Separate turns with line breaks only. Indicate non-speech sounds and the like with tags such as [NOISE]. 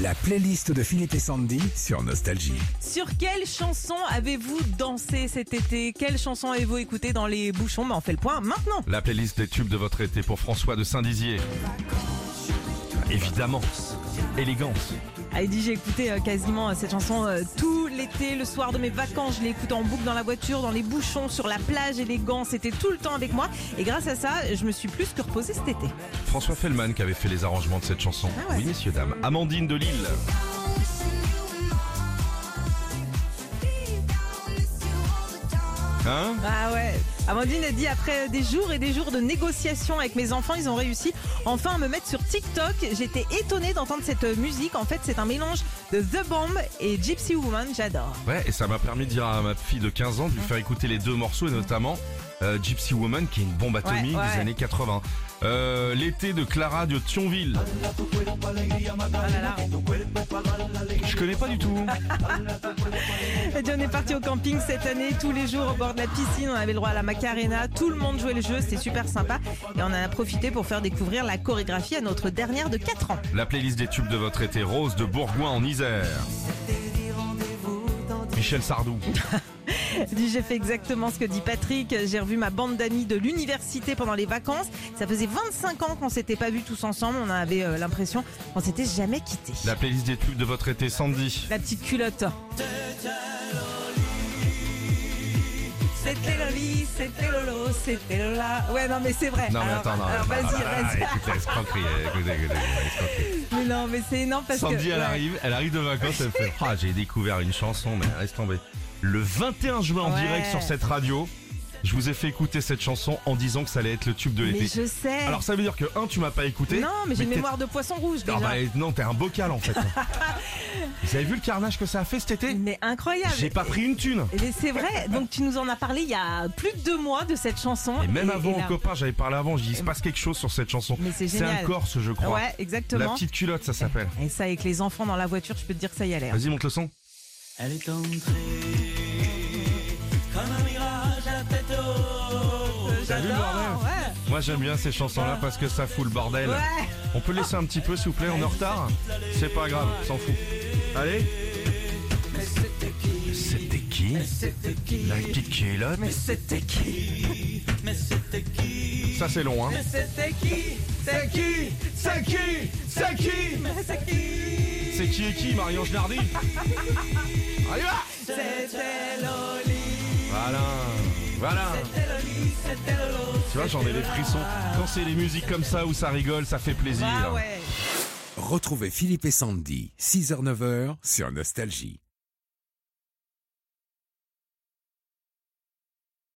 La playlist de Philippe et Sandy sur Nostalgie.
Sur quelle chanson avez-vous dansé cet été Quelle chanson avez-vous écouté dans les bouchons bah On fait le point maintenant.
La playlist des tubes de votre été pour François de Saint-Dizier. Évidemment. Élégance.
Heidi, j'ai écouté euh, quasiment euh, cette chanson euh, tout l'été, le soir de mes vacances. Je l'ai écoutée en boucle dans la voiture, dans les bouchons, sur la plage, élégant. C'était tout le temps avec moi. Et grâce à ça, je me suis plus que reposée cet été.
François Fellman qui avait fait les arrangements de cette chanson.
Ah ouais.
Oui, messieurs, dames. Amandine de Lille. Hein
Ah ouais. Amandine a dit après des jours et des jours de négociations avec mes enfants, ils ont réussi enfin à me mettre sur TikTok. J'étais étonnée d'entendre cette euh, musique. En fait, c'est un mélange de The Bomb et Gypsy Woman. J'adore.
Ouais, et ça m'a permis de dire à ma fille de 15 ans de lui faire écouter les deux morceaux et notamment euh, Gypsy Woman qui est une bombe atomique
ouais.
des années 80. Euh, L'été de Clara de Thionville.
Ah là là.
Je connais pas du tout.
Et puis, on est parti au camping cette année, tous les jours au bord de la piscine. On avait le droit à la Macarena. Tout le monde jouait le jeu. C'était super sympa. Et on en a profité pour faire découvrir la chorégraphie à notre dernière de 4 ans. [LAUGHS]
La playlist des tubes de votre été rose de Bourgoin en Isère. Michel Sardou.
Elle dit, J'ai fait exactement ce que dit Patrick. J'ai revu ma bande d'amis de l'université pendant les vacances. Ça faisait 25 ans qu'on s'était pas vus tous ensemble. On avait euh, l'impression qu'on s'était jamais quittés.
La playlist des tubes de votre été Sandy.
La petite culotte. C'était Loli, c'était Lolo, c'était Lola. Ouais, non, mais c'est vrai.
Non mais
Alors,
attends, non,
alors,
non,
vas-y,
non, non,
vas-y.
écoutez, escroquerie, écoutez, écoutez, escroquerie.
Mais non, mais c'est énorme parce que.
Sandy, elle
ouais.
arrive, elle arrive de vacances, elle fait Ah, j'ai découvert une chanson, mais laisse tomber. Le 21 juin en
Ouais.
direct sur cette radio, je vous ai fait écouter cette chanson en disant que ça allait être le tube de
Mais
l'été.
je sais.
Alors ça veut dire que, un, tu m'as pas écouté.
non, mais j'ai une
t'es-
mémoire de poisson rouge.
Ah
déjà.
bah, non, t'es un bocal
[LAUGHS]
en fait. vous avez vu le carnage que ça a fait cet été
Mais incroyable.
J'ai pas pris une thune.
Mais c'est vrai. Donc tu nous en as parlé il y a plus de deux mois de cette chanson.
Et même avant,
et
aux
là-
copains, j'avais parlé avant, j'ai dit, il se passe quelque chose sur cette chanson.
Mais c'est
C'est un
génial.
Corse, je crois.
Ouais,
La
exactement.
petite culotte, ça s'appelle.
Et ça, avec les enfants dans la voiture, je peux te dire que ça y a l'air.
Vas-y, monte le son.
Elle est entrée comme un mirage à tête haute.
T'as vu le bordel
Ouais.
Moi, j'aime bien ces chansons-là parce que ça fout le bordel.
Ouais.
On peut laisser un petit peu, s'il vous plaît, on est en retard C'est pas grave, s'en fout. Allez
Mais c'était qui
C'était qui
C'était qui
La petite culotte
Mais c'était qui
Mais c'était qui
Ça, c'est long, hein
C'était qui C'était qui
C'est qui C'est qui
C'était qui
C'est qui et qui, Marion Genardi On y va
C'était Loli.
Voilà Voilà
C'était Lolo.
Tu vois, j'en ai les frissons. Quand c'est les musiques comme ça où ça rigole, ça fait plaisir.
Ah ouais.
Retrouvez Philippe et Sandy, 6h-9h sur Nostalgie.